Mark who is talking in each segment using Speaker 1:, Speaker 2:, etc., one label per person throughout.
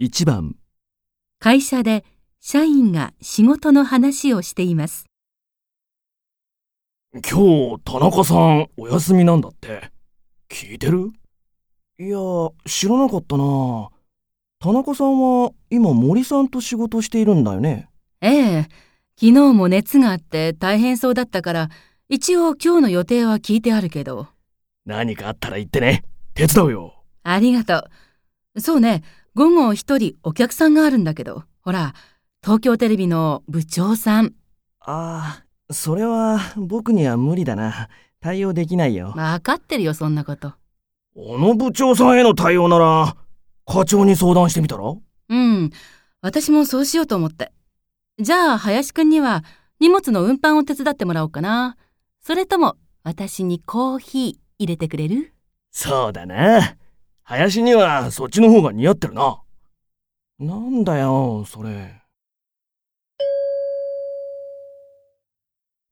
Speaker 1: 1番、
Speaker 2: 会社で社員が仕事の話をしています。
Speaker 3: 今日、田中さん、お休みなんだって。聞いてるいや、知らなかったな。田中さんは、今森さんと仕事しているんだよね。
Speaker 2: ええ、昨日も熱があって大変そうだったから、一応今日の予定は聞いてあるけど。
Speaker 3: 何かあったら言ってね。手伝うよ。
Speaker 2: ありがとう。そうね、午後一人お客さんがあるんだけど、ほら、東京テレビの部長さん。
Speaker 3: ああ、それは、僕には無理だな。対応できないよ。
Speaker 2: わかってるよ、そんなこと。
Speaker 3: あの部長さんへの対応なら、課長に相談してみたら
Speaker 2: うん、私もそうしようと思って。じゃあ、林くんには荷物の運搬を手伝ってもらおうかな。それとも、私にコーヒー入れてくれる
Speaker 3: そうだな。林には、そっちの方が似合ってるな。なんだよ、それ。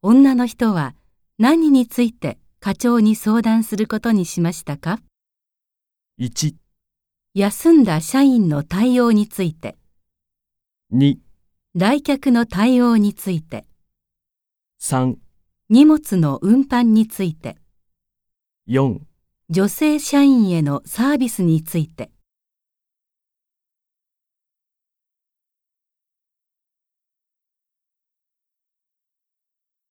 Speaker 2: 女の人は何について課長に相談することにしましたか
Speaker 1: 1、
Speaker 2: 休んだ社員の対応について、
Speaker 1: 2、
Speaker 2: 来客の対応について、
Speaker 1: 3、
Speaker 2: 荷物の運搬について、
Speaker 1: 4
Speaker 2: 女性社員へのサービスについて。